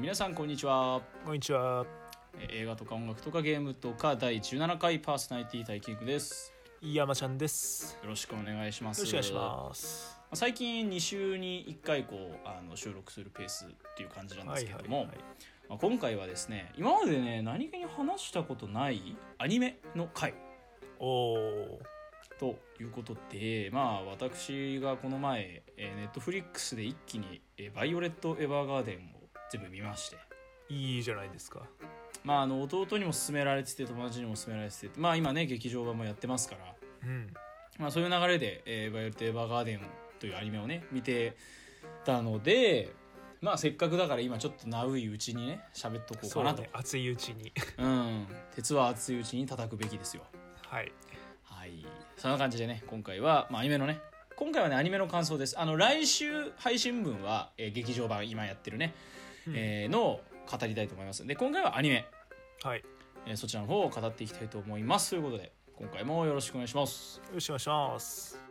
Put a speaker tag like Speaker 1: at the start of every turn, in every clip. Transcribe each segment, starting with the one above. Speaker 1: 皆さんこんにちは
Speaker 2: こんにちは。
Speaker 1: えー映画とか音楽とかゲームとか第17回パーソナリティタイキングです
Speaker 2: 山ちゃんです。
Speaker 1: よろしくお願いします
Speaker 2: よろしくお願いします。
Speaker 1: まあ最近2週に1回こうあの収録するペースっていう感じなんですけども、まあ、今回はですね今までね何気に話したことないアニメの回
Speaker 2: おおー。
Speaker 1: ということでまあ私がこの前ネットフリックスで一気にえー「バイオレット・エヴァーガーデン」を全部見まして
Speaker 2: いいじゃないですか。
Speaker 1: まああの弟にも勧められてて友達にも勧められててまあ今ね劇場版もやってますから、
Speaker 2: うん。
Speaker 1: まあ、そういう流れで「えーバイオレット・エヴァーガーデン」というアニメをね見てたのでまあせっかくだから今ちょっとなういうちにね喋っとこう
Speaker 2: そ
Speaker 1: か
Speaker 2: う
Speaker 1: な
Speaker 2: だ
Speaker 1: と
Speaker 2: ね。熱いうちに。
Speaker 1: うん鉄は熱いうちに叩くべきですよ
Speaker 2: はい。
Speaker 1: はいそんな感じでね今回は、まあ、アニメのね今回はねアニメの感想ですあの来週配信分は、えー劇場版今やってるね、
Speaker 2: うん
Speaker 1: えーの語りたいと思いますで今回はアニメ、
Speaker 2: はい。よ
Speaker 1: えーそちらの方を語っていきたいと思いますということで今回もよろしくお願いします
Speaker 2: ろしくお願いします。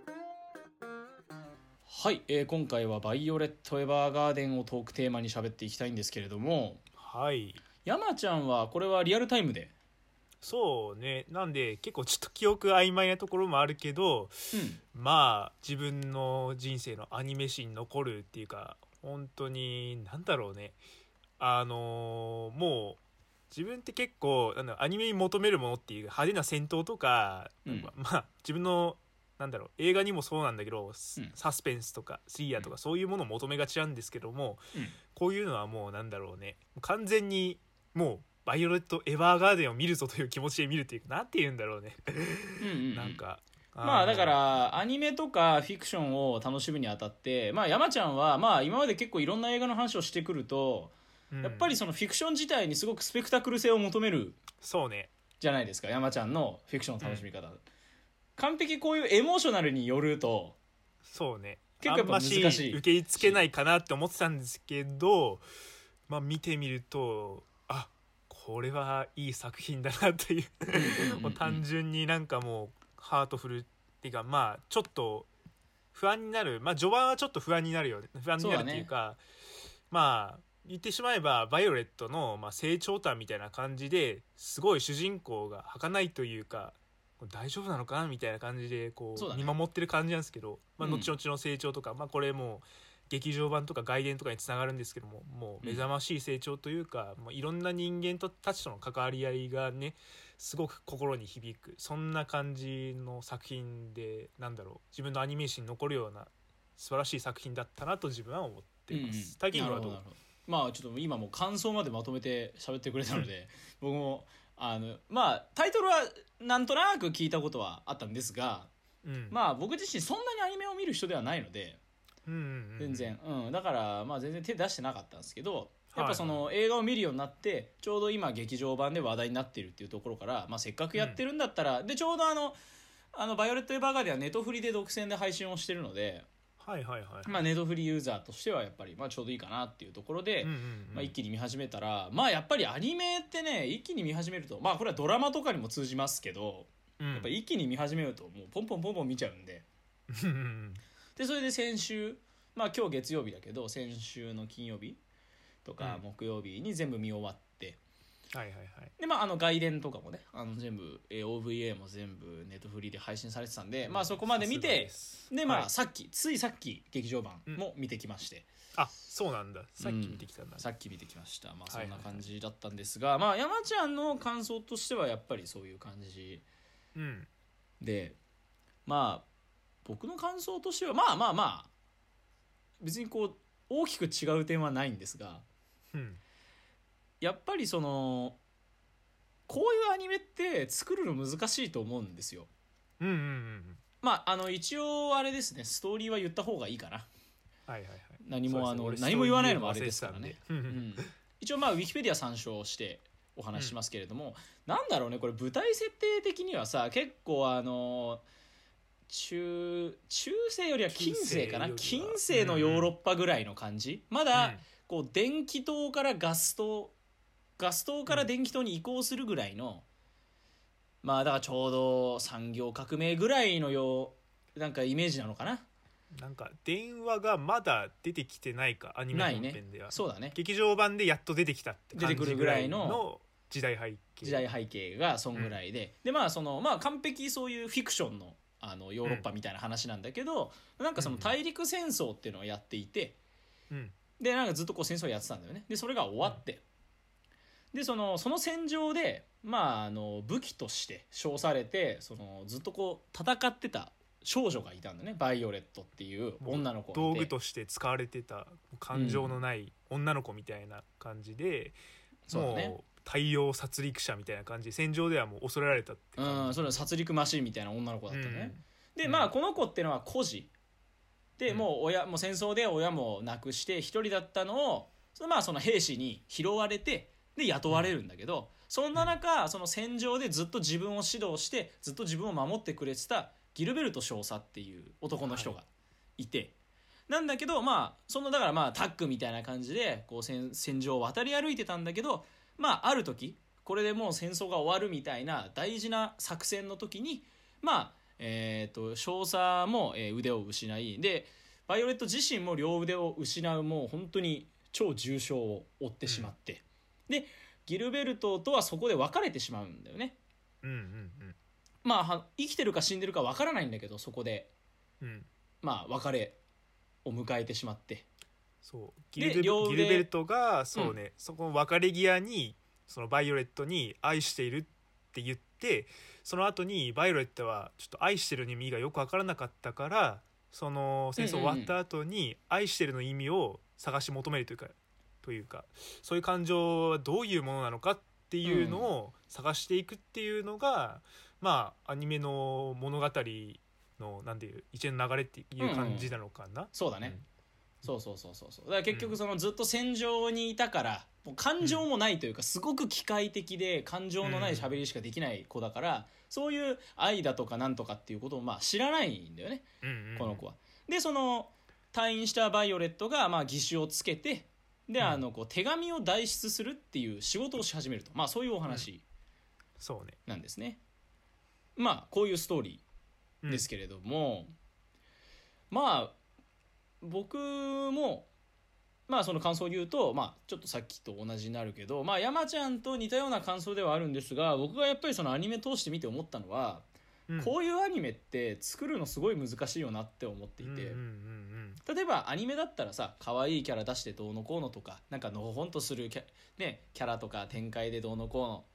Speaker 1: はい、えー今回は「バイオレット・エヴァーガーデン」をトークテーマに喋っていきたいんですけれども
Speaker 2: はい。
Speaker 1: 山ちゃんはこれはリアルタイムで、
Speaker 2: そうね。なんで結構ちょっと記憶曖昧なところもあるけど、まあ自分の人生のアニメ史に残るっていうか本当に何だろうねあのーもう自分って結構なんだろうアニメに求めるものっていう派手な戦闘とか、
Speaker 1: うん
Speaker 2: まあ自分のなんだろう映画にもそうなんだけど、ス
Speaker 1: うん
Speaker 2: サスペンスとかスリアーとかそういうものを求めがちなんですけども、
Speaker 1: うん
Speaker 2: こういうのはもうなんだろうね完全にもう「バイオレット・エヴァーガーデン」を見るぞという気持ちで見るっていうかなんて言うんだろうね
Speaker 1: うんうんうん
Speaker 2: なんか。
Speaker 1: まあ
Speaker 2: の
Speaker 1: だからアニメとかフィクションを楽しむにあたって、まあ、山ちゃんはまあ今まで結構いろんな映画の話をしてくると、
Speaker 2: うん
Speaker 1: やっぱりそのフィクション自体にすごくスペクタクル性を求める
Speaker 2: そうね
Speaker 1: じゃないですか山ちゃんのフィクションの楽しみ方、完璧こういうエモーショナルによると、
Speaker 2: そうね
Speaker 1: 結構やっぱ難しい
Speaker 2: あんまし受け付けないかなって思ってたんですけどまあ見てみるとあこれはいい作品だなという もう単純になんかもうハートフルっていうかまあちょっと不安になるまあ序盤はちょっと不安になるよね不安になるっていうかまあ言ってしまえばバイオレットの、まあ、成長譚みたいな感じですごい主人公が儚いというか大丈夫なのかなみたいな感じでこ
Speaker 1: そうだ
Speaker 2: う
Speaker 1: ね
Speaker 2: 見守ってる感じなんですけど、まあ、
Speaker 1: うん
Speaker 2: 後々の成長とか、まあ、これもう劇場版とか外伝とかにつながるんですけどももう目覚ましい成長というか、もういろんな人間とたちとの関わり合いがねすごく心に響くそんな感じの作品でなんだろう自分のアニメーションに残るような素晴らしい作品だったなと自分は思っています。タイキングはどう
Speaker 1: なるほどなるほどまあちょっと今もう感想までまとめて喋ってくれたの で僕もあのまあタイトルはなんとなく聞いたことはあったんですが、
Speaker 2: うん
Speaker 1: まあ僕自身そんなにアニメを見る人ではないので。
Speaker 2: うんうんうん
Speaker 1: 全然、うんだから、まあ、全然手出してなかったんですけどやっぱそ
Speaker 2: はい
Speaker 1: の映画を見るようになってちょうど今劇場版で話題になってるっていうところから、まあ、せっかくやってるんだったら、でちょうどあの「あのバイオレット・エヴァーガーデン」はネトフリで独占で配信をしてるので、
Speaker 2: はいはいはい、
Speaker 1: まあ、ネトフリユーザーとしてはやっぱり、まあ、ちょうどいいかなっていうところで、
Speaker 2: うんうんうん
Speaker 1: まあ、一気に見始めたらまあやっぱりアニメってね一気に見始めるとまあこれはドラマとかにも通じますけど
Speaker 2: うん
Speaker 1: やっぱ一気に見始めるともうポンポンポンポン見ちゃうんで。
Speaker 2: うんうん
Speaker 1: でそれで先週まあ今日月曜日だけど先週の金曜日とか
Speaker 2: うん
Speaker 1: 木曜日に全部見終わって、
Speaker 2: はいはいはい
Speaker 1: でまああの外伝とかもねあの全部えー OVA も全部ネットフリで配信されてたんで、まあそこまで見て
Speaker 2: さすが
Speaker 1: ですまあ、
Speaker 2: はい
Speaker 1: さっきついさっき劇場版も見てきまして、
Speaker 2: あそうなんださっき見てきたんだ、
Speaker 1: さっき見てきましたまあそ
Speaker 2: はい
Speaker 1: ん
Speaker 2: はい
Speaker 1: な
Speaker 2: はい
Speaker 1: 感じだったんですが、まあ山ちゃんの感想としてはやっぱりそういう感じ
Speaker 2: うん
Speaker 1: でまあ僕の感想としてはまあまあまあ別にこう大きく違う点はないんですが
Speaker 2: うん
Speaker 1: やっぱりそのこういうアニメって作るの難しいと思うんですよ。
Speaker 2: うんうんうん
Speaker 1: まああの一応あれですねストーリーは言った方がいいかな。
Speaker 2: はいはいはい
Speaker 1: 何も
Speaker 2: そう
Speaker 1: あの
Speaker 2: ですね俺
Speaker 1: 何も言わないのも
Speaker 2: そう
Speaker 1: あ
Speaker 2: う
Speaker 1: れですからね
Speaker 2: 忘れてた
Speaker 1: う
Speaker 2: んでうんうん
Speaker 1: ん、一応まあウィキペディア参照してお話ししますけれども、なんだろうねこれ舞台設定的にはさ結構あの中中世よりは近世かな
Speaker 2: 近世
Speaker 1: 近
Speaker 2: よりは
Speaker 1: 世のヨーロッパぐらいの感じ、まだ、
Speaker 2: うん
Speaker 1: こう電気灯からガス灯ガス灯から電気灯に移行するぐらいの、まあだからちょうど産業革命ぐらいのようなんかイメージなのかな
Speaker 2: なんか電話がまだ出てきてないかアニメ
Speaker 1: な
Speaker 2: 本
Speaker 1: いね
Speaker 2: 編では、
Speaker 1: そうだね
Speaker 2: 劇場版でやっと出てきたって感
Speaker 1: 出
Speaker 2: じ
Speaker 1: てくるぐらいの
Speaker 2: ぐらの時代背景
Speaker 1: 時代背景がそんぐらいで、でまあそのまあ完璧そういうフィクションのあのヨーロッパみたいな話なんだけど、なんかその大陸戦争っていうのをやっていて、
Speaker 2: うん
Speaker 1: でなんかずっとこう戦争やってたんだよねでそれが終わって、でそのその戦場で、まあ、あの武器として称されてそのずっとこう戦ってた少女がいたんだねバイオレットっていう女の子がい
Speaker 2: 道
Speaker 1: て
Speaker 2: 具として使われてた感情のない女の子みたいな感じで、
Speaker 1: そうだ
Speaker 2: もう
Speaker 1: ね
Speaker 2: 大量殺戮者みたいな感じで戦場ではもう恐れられたって
Speaker 1: う
Speaker 2: 感
Speaker 1: ん、
Speaker 2: じ
Speaker 1: その殺戮マシーンみたいな女の子だったね、
Speaker 2: うん
Speaker 1: で
Speaker 2: うん
Speaker 1: まあこの子っていうのは孤児で
Speaker 2: うん
Speaker 1: もう親もう戦争で親も亡くして一人だったのをそのまあその兵士に拾われてで雇われるんだけどそんな中その戦場でずっと自分を指導してずっと自分を守ってくれてたギルベルト少佐っていう男の人がいて。なんだけどまあそのだからまあタックみたいな感じでこう戦戦場を渡り歩いてたんだけどまあある時これでもう戦争が終わるみたいな大事な作戦の時にまあえー、と少佐も、えー腕を失いでバイオレット自身も両腕を失うもう本当に超重傷を負ってしまって、でギルベルトとはそこで別れてしまうんだよね
Speaker 2: うんうん
Speaker 1: まあは生きてるか死んでるかわからないんだけどそこで
Speaker 2: うんうん
Speaker 1: まあ別れを迎えてしまって
Speaker 2: そうギ
Speaker 1: で
Speaker 2: ルベ
Speaker 1: 両腕
Speaker 2: ギルベルトがそうね、そこの別れ際にそのバイオレットに「愛している」って言ってその後にバイオレットはちょっと「愛してる」の意味がよく分からなかったからその戦争終わった後に「愛してる」の意味を探し求めるというかというかそういう感情はどういうものなのかっていうのを探していくっていうのが、まあアニメの物語のなんていう一連の流れっていう感じなのかな。
Speaker 1: そうだね、
Speaker 2: うん
Speaker 1: そうそうそうそうそうだから結局そのずっと戦場にいたからもう感情もないというかすごく機械的で感情のない喋りしかできない子だからそういう愛だとかなんとかっていうことをまあ知らないんだよね
Speaker 2: うんうん
Speaker 1: この子は。でその退院したバイオレットがまあ義手をつけてで
Speaker 2: うん
Speaker 1: あのこう手紙を代筆するっていう仕事をし始めるとまあそういうお話
Speaker 2: そうね、
Speaker 1: なんですね。まあこういうストーリー
Speaker 2: うん
Speaker 1: ですけれども、まあ僕もまあその感想を言うと、まあ、ちょっとさっきと同じになるけど、まあ、山ちゃんと似たような感想ではあるんですが僕がやっぱりそのアニメ通して見て思ったのは、
Speaker 2: うん
Speaker 1: こういうアニメって作るのすごい難しいよなって思っていて。
Speaker 2: うんうん
Speaker 1: 例えばアニメだったらさ可愛いキャラ出してどうのこうのとかなんかのほほんとするキャ,、ね、キャラとか展開でどうのこ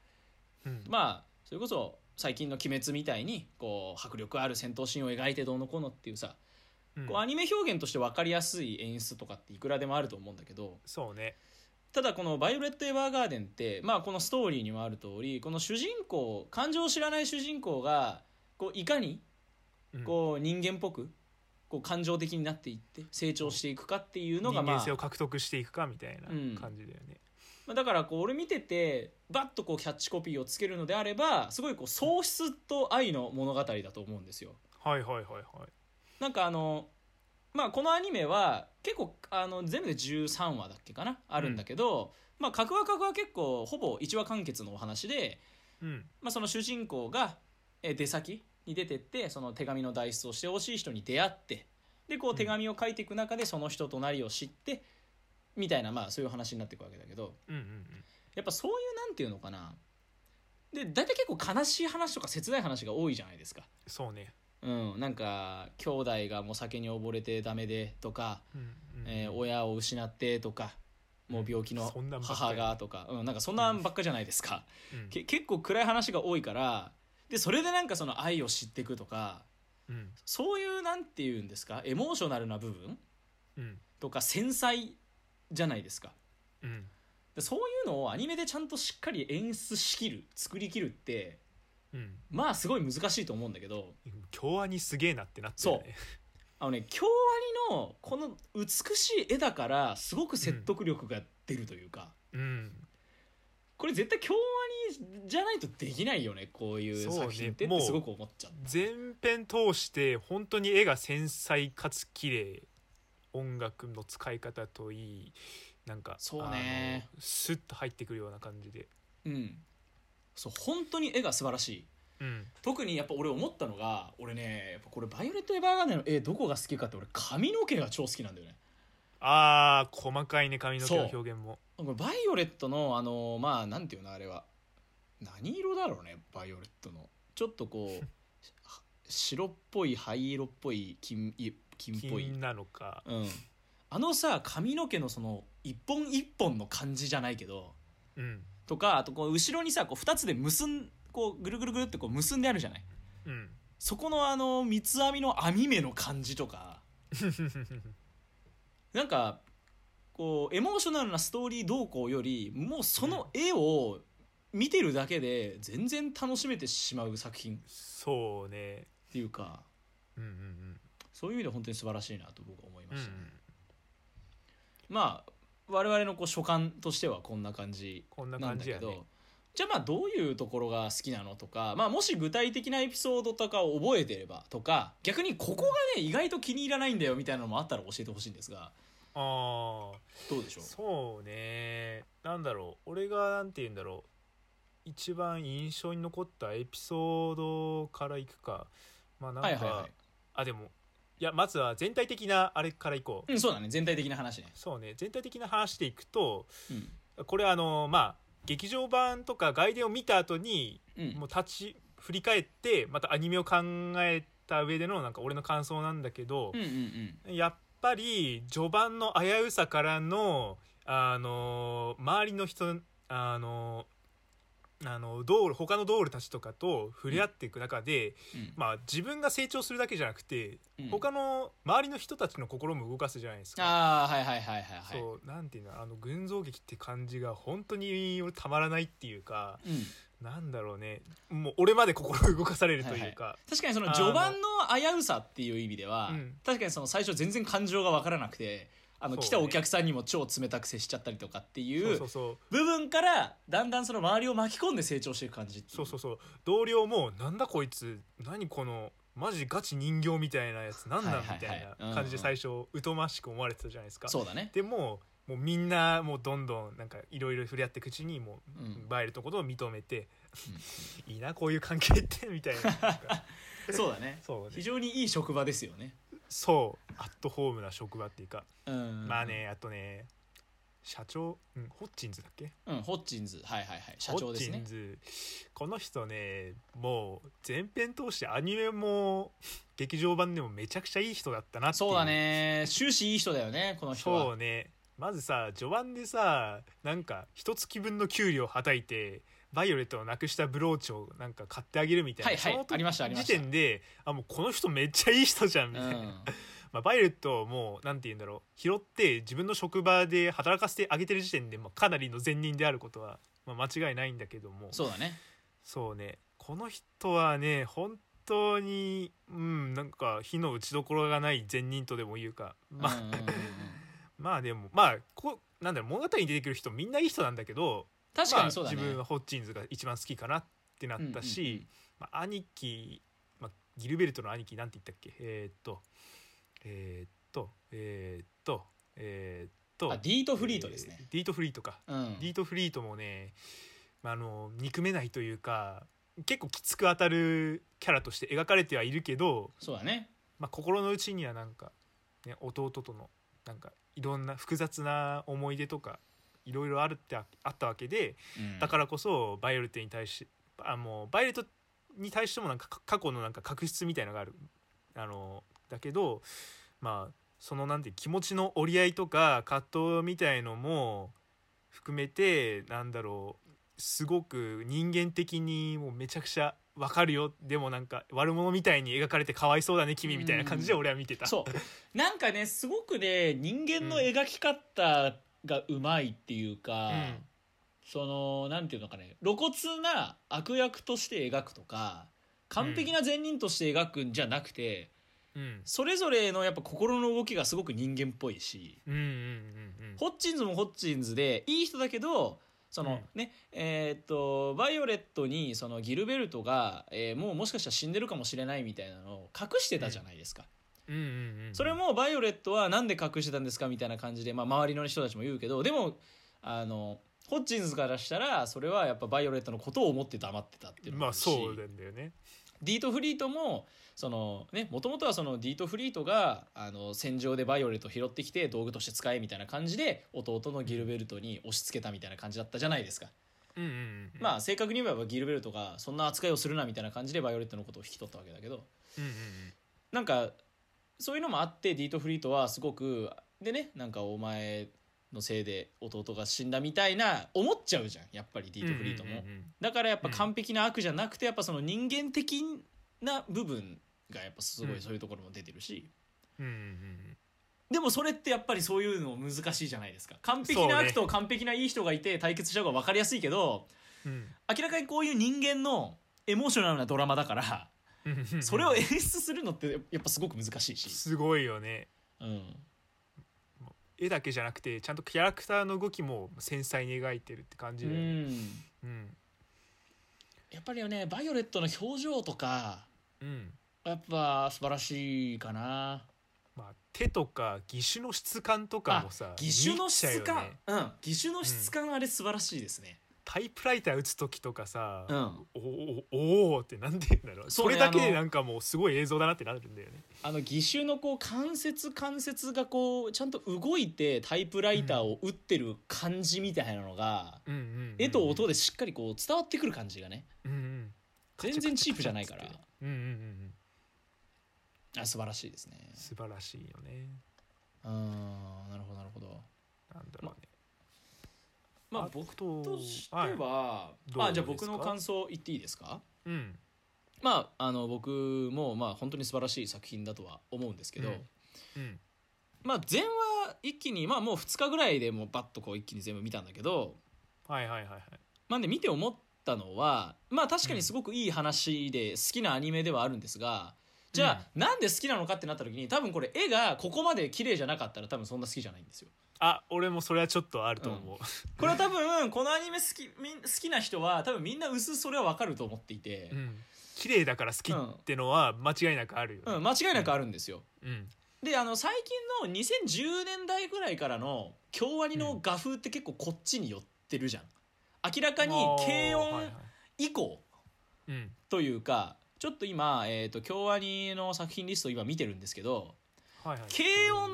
Speaker 1: うの
Speaker 2: うんうん
Speaker 1: まあそれこそ最近の「鬼滅」みたいにこう迫力ある戦闘シーンを描いてどうのこうのっていうさ
Speaker 2: うん
Speaker 1: こうアニメ表現として分かりやすい演出とかっていくらでもあると思うんだけど
Speaker 2: そうね
Speaker 1: ただこの「バイオレット・エヴァーガーデン」って、まあ、このストーリーにもある通りこの主人公感情を知らない主人公がこういかに
Speaker 2: うん
Speaker 1: こう人間っぽくこう感情的になっていって成長していくかっていうのが、
Speaker 2: 人
Speaker 1: ま
Speaker 2: 間
Speaker 1: あ
Speaker 2: 性を獲得していくかみたいな
Speaker 1: うん
Speaker 2: 感じだよね、
Speaker 1: まあ、だからこう俺見ててバッとこうキャッチコピーをつけるのであればすごいこう喪失と愛の物語だと思うんですよ。
Speaker 2: はいはいはいはい
Speaker 1: なんかあのまあこのアニメは結構あの全部で13話だっけかなあるんだけど、まあ各話各話結構ほぼ1話完結のお話で、
Speaker 2: うん
Speaker 1: まあ、その主人公がえー出先に出てってその手紙の代筆をしてほしい人に出会ってでこ
Speaker 2: う
Speaker 1: うん手紙を書いていく中でその人となりを知ってみたいなまあそういう話になっていくわけだけど
Speaker 2: うんうんうん
Speaker 1: やっぱそういうなんていうのかなで大体結構悲しい話とか切ない話が多いじゃないですか。
Speaker 2: そうね
Speaker 1: うん、なんか兄弟がもう酒に溺れてダメでとか、
Speaker 2: うんうん
Speaker 1: えー親を失ってとかもう病気の
Speaker 2: そんなんばっか
Speaker 1: 母
Speaker 2: り
Speaker 1: がとかうん、なんかそんなんばっかじゃないですか、
Speaker 2: うん
Speaker 1: け結構暗い話が多いからでそれでなんかその愛を知っていくとか
Speaker 2: うん
Speaker 1: そういうなんていうんですかエモーショナルな部分
Speaker 2: うん
Speaker 1: とか繊細じゃないですか
Speaker 2: うん
Speaker 1: でそういうのをアニメでちゃんとしっかり演出しきる作りきるって
Speaker 2: うん
Speaker 1: まあすごい難しいと思うんだけど
Speaker 2: 京アニすげえなってなってるね
Speaker 1: あのね京アニのこの美しい絵だからすごく説得力が出るというか、
Speaker 2: うん
Speaker 1: これ絶対京アニじゃないとできないよねこういう
Speaker 2: そうね
Speaker 1: 作品ってっ
Speaker 2: もう
Speaker 1: てすごく思っちゃう
Speaker 2: 全編通して本当に絵が繊細かつ綺麗音楽の使い方といいなんか
Speaker 1: そうね
Speaker 2: あのスッと入ってくるような感じで
Speaker 1: うんそう本当に絵が素晴らしい
Speaker 2: うん
Speaker 1: 特にやっぱ俺思ったのが俺ねやっぱこれ「バイオレット・エヴァーガーデン」の絵どこが好きかって俺髪の毛が超好きなんだよね。
Speaker 2: あー細かいね髪の毛の表現も
Speaker 1: これバイオレットのあのまあなんていうのあれは何色だろうねバイオレットのちょっとこうは白っぽい灰色っぽい金い金っぽい
Speaker 2: 金なのか
Speaker 1: うん、あのさ髪の毛のその一本一本の感じじゃないけど
Speaker 2: うん
Speaker 1: とかあとこう後ろにさこう2つで結んこうぐるぐるぐるってこう結んであるじゃない
Speaker 2: うん
Speaker 1: そこのあの三つ編みの編み目の感じとかなんかこうエモーショナルなストーリー動向よりもうその絵を見てるだけで全然楽しめてしまう作品っ
Speaker 2: そうね
Speaker 1: ていうか
Speaker 2: うんうん
Speaker 1: そういう意味で本当に素晴らしいなと僕は思いま
Speaker 2: うんう
Speaker 1: した、
Speaker 2: ん
Speaker 1: まあ我々のこう所感としてはこんな感じ
Speaker 2: こんな
Speaker 1: なん
Speaker 2: 感
Speaker 1: だ
Speaker 2: じ
Speaker 1: け
Speaker 2: や
Speaker 1: ど、
Speaker 2: ね
Speaker 1: じゃあまあどういうところが好きなのとか、まあ、もし具体的なエピソードとかを覚えてればとか逆にここがね意外と気に入らないんだよみたいなのもあったら教えてほしいんですが
Speaker 2: ああ
Speaker 1: どうでしょう
Speaker 2: そうねなんだろう俺がなんて言うんだろう一番印象に残ったエピソードからいくかまあなんか、
Speaker 1: はいはいは
Speaker 2: あでもいやまずは全体的なあれからいこう、
Speaker 1: い、うん、そうだね全体的な話ね、
Speaker 2: そうね全体的な話でいくと
Speaker 1: うん
Speaker 2: これあのまあ劇場版とか外伝を見た後に
Speaker 1: うん、
Speaker 2: もう立ち振り返ってまたアニメを考えた上でのなんか俺の感想なんだけど、
Speaker 1: うんうんうん
Speaker 2: やっぱり序盤の危うさからの、あのー周りの人、あのーあのドール他のドールたちとかと触れ合っていく中で、
Speaker 1: うん
Speaker 2: まあ、自分が成長するだけじゃなくて、
Speaker 1: うん
Speaker 2: 他の周りの人たちの心も動かすじゃないですか。
Speaker 1: ああはいはいはいはいはい
Speaker 2: そうなんていうのあの群像劇って感じが本当に俺たまらないっていうか
Speaker 1: うん、
Speaker 2: なんだろうねもう俺まで心動かされるというか、
Speaker 1: 確かにそ
Speaker 2: あ
Speaker 1: の
Speaker 2: の
Speaker 1: 序盤の危うさっていう意味では、
Speaker 2: うん
Speaker 1: 確かにその最初全然感情が分からなくてあの
Speaker 2: そうね
Speaker 1: 来たお客さんにも超冷たく接しちゃったりとかってい
Speaker 2: そう
Speaker 1: う
Speaker 2: そうそう
Speaker 1: 部分からだんだんその周りを巻き込んで成長していく感じってい
Speaker 2: そうそうそう同僚も「なんだこいつ何このマジガチ人形みたいなやつなんなん?」
Speaker 1: はい
Speaker 2: み
Speaker 1: はいはい
Speaker 2: たい
Speaker 1: うんう
Speaker 2: なん感じで最初疎ましく思われてたじゃないですか。
Speaker 1: そうだね
Speaker 2: でももうみんなもうどんどんなんかいろいろ触れ合っていくうちにもう、
Speaker 1: うん
Speaker 2: バイルとことを認めて、いいなこういう関係ってみたいな
Speaker 1: そうだね
Speaker 2: そう
Speaker 1: 非
Speaker 2: ね
Speaker 1: 常にいい職場ですよね
Speaker 2: そうアットホームな職場っていうか、
Speaker 1: うん
Speaker 2: まあねあとね社長、うん、ホッチンズだっけ
Speaker 1: うんホッチンズはいはいはい社長です
Speaker 2: ホ
Speaker 1: ね
Speaker 2: ッチンズこの人ねもう全編通してアニメも劇場版でもめちゃくちゃいい人だったなってい
Speaker 1: そうだね終始いい人だよねこの人は
Speaker 2: そうねまずさ序盤でさなんか一月分の給料をはたいてバイオレットをなくしたブローチをなんか買ってあげるみたいな、
Speaker 1: はいはい
Speaker 2: その時
Speaker 1: ありましたありました
Speaker 2: 時点であもうこの人めっちゃいい人じゃんみ
Speaker 1: う
Speaker 2: たいな、
Speaker 1: ん
Speaker 2: まあ、バイオレットをもうなんて言うんだろう拾って自分の職場で働かせてあげてる時点で、まあ、かなりの善人であることは、まあ、間違いないんだけども
Speaker 1: そうだね
Speaker 2: そうねこの人はね本当にうんなんか火の打ちどころがない善人とでも言うか まあ、
Speaker 1: うんうんうんうん
Speaker 2: まあでもまあこうなんだろう物語に出てくる人みんないい人なんだけど
Speaker 1: 確かにそうだね
Speaker 2: まあ、自分はホッチンズが一番好きかなってなったし、
Speaker 1: うんうんうん
Speaker 2: まあ、兄貴、まあ、ギルベルトの兄貴なんて言ったっけえー、っとえー、っとえー、っとえー、っと
Speaker 1: あディートフリートですね
Speaker 2: えーディートフリートか
Speaker 1: うん
Speaker 2: リートフリートもね、まあ、あの憎めないというか結構きつく当たるキャラとして描かれてはいるけど、
Speaker 1: そうだね
Speaker 2: まあ、心の内にはなんか、ね、弟とのなんかいろんな複雑な思い出とかいろいろあるってああったわけで
Speaker 1: うん
Speaker 2: だからこそバイオレットに対しあもうバイオレットに対してもなんかか過去のなんか確執みたいのがあるあのだけどまあそのなんて気持ちの折り合いとか葛藤みたいのも含めてなんだろうすごく人間的にもうめちゃくちゃわかるよでもなんか悪者みたいに描かれてかわいそうだね君みたいな感じで俺は見てた。
Speaker 1: そうなんかねすごくね人間の描き方がうまいっていうか、
Speaker 2: うん
Speaker 1: そのなんていうのかね露骨な悪役として描くとか完璧な善人として描くんじゃなくて、
Speaker 2: うん
Speaker 1: それぞれのやっぱ心の動きがすごく人間っぽいし、
Speaker 2: うんうんうん
Speaker 1: ホッチンズもホッチンズでいい人だけどその、
Speaker 2: うん
Speaker 1: ねえーっとバイオレットにそのギルベルトが、えーもうもしかしたら死んでるかもしれないみたいなのを隠してたじゃないですか、
Speaker 2: うんうんうんうん
Speaker 1: それもバイオレットはなんで隠してたんですかみたいな感じで、まあ、周りの人たちも言うけどでもあのホッチンズからしたらそれはやっぱバイオレットのことを思って黙ってたっていうのも
Speaker 2: まあ
Speaker 1: るし
Speaker 2: そうなんだよね
Speaker 1: ディート・フリートもそのねもともとはそのディート・フリートがあの戦場でバイオレットを拾ってきて道具として使えみたいな感じで弟のギルベルトに押し付けたみたいな感じだったじゃないですか、
Speaker 2: うんうんうんうん
Speaker 1: まあ正確に言えばギルベルトがそんな扱いをするなみたいな感じでバイオレットのことを引き取ったわけだけど
Speaker 2: うんうん
Speaker 1: なんかそういうのもあってディート・フリートはすごくでねなんかお前のせいで弟が死んだみたいな思っちゃうじゃんやっぱりディ
Speaker 2: うん
Speaker 1: ート・フリートも、
Speaker 2: うんうんうん
Speaker 1: だからやっぱ完璧な悪じゃなくてやっぱその人間的な部分がやっぱすご
Speaker 2: う
Speaker 1: い
Speaker 2: ん
Speaker 1: そういうところも出てるし、
Speaker 2: うんうん
Speaker 1: でもそれってやっぱりそういうの難しいじゃないですか完璧な悪と完璧ないい人がいて対決した方が分かりやすいけど
Speaker 2: うんうん
Speaker 1: 明らかにこういう人間のエモーショナルなドラマだから
Speaker 2: うんうんうん
Speaker 1: それを演出するのってやっぱすごく難しいし、
Speaker 2: すごいよね
Speaker 1: うん、
Speaker 2: 絵だけじゃなくてちゃんとキャラクターの動きも繊細に描いてるって感じ
Speaker 1: う
Speaker 2: で、うん
Speaker 1: ん
Speaker 2: うん
Speaker 1: やっぱりよねバイオレットの表情とか
Speaker 2: うん、
Speaker 1: やっぱ素晴らしいかな
Speaker 2: まあ手とか義手の質感とかもさ
Speaker 1: 義手の質
Speaker 2: 見入っちゃうよ
Speaker 1: 感
Speaker 2: ね、
Speaker 1: うん義手の質感あれ素晴らしいですね
Speaker 2: タイプライター打つ時とかさ、
Speaker 1: ん
Speaker 2: おおおおってなんて言うんだろう
Speaker 1: そ
Speaker 2: そう
Speaker 1: ね
Speaker 2: れだけ
Speaker 1: あ
Speaker 2: で
Speaker 1: の
Speaker 2: なんかもうすごい映像だなってなるんだよね
Speaker 1: あの義手のこう関節関節がこうちゃんと動いてタイプライターを打ってる感じみたいなのが、
Speaker 2: うんうんうんうん
Speaker 1: 絵と音でしっかりこう伝わってくる感じがね
Speaker 2: うんうん
Speaker 1: 全然チープじゃないから
Speaker 2: うんうんうん
Speaker 1: あ素晴らしいですね
Speaker 2: 素晴らしいよね
Speaker 1: うんなるほどなるほど
Speaker 2: なんだろうね
Speaker 1: まあ僕
Speaker 2: 僕と
Speaker 1: として
Speaker 2: はい
Speaker 1: は、
Speaker 2: どう
Speaker 1: まあじゃあ
Speaker 2: です
Speaker 1: 僕
Speaker 2: か
Speaker 1: の感想言っていいですか
Speaker 2: うん
Speaker 1: まあ、あの僕もまあ本当に素晴らしい作品だとは思うんですけど、
Speaker 2: うんうん
Speaker 1: まあ全話一気にまあもう2日ぐらいでもうバッとこう一気に全部見たんだけど
Speaker 2: はいはいはいはい
Speaker 1: まあね見て思ったのはまあ確かにすごくいい話で好きなアニメではあるんですがじゃあなんで好きなのかってなった時に多分これ絵がここまで綺麗じゃなかったら多分そんな好きじゃないんですよ。
Speaker 2: あ俺もそれはちょっとあると思う、
Speaker 1: これは多分このアニメ好きみん好きな人は多分みんな薄々それはわかると思っていて、
Speaker 2: うん綺麗だから好きってのは間違いなくあるよね、
Speaker 1: うん、間違いなくあるんですよ。
Speaker 2: うん
Speaker 1: であの最近の2010年代ぐらいからの京アニの画風って結構こっちに寄ってるじゃん明らかに軽
Speaker 2: あーはい
Speaker 1: 音
Speaker 2: はい
Speaker 1: 以降
Speaker 2: うん
Speaker 1: というかちょっと今、えー、と京アニの作品リストを今見てるんですけど
Speaker 2: はいはい
Speaker 1: 軽音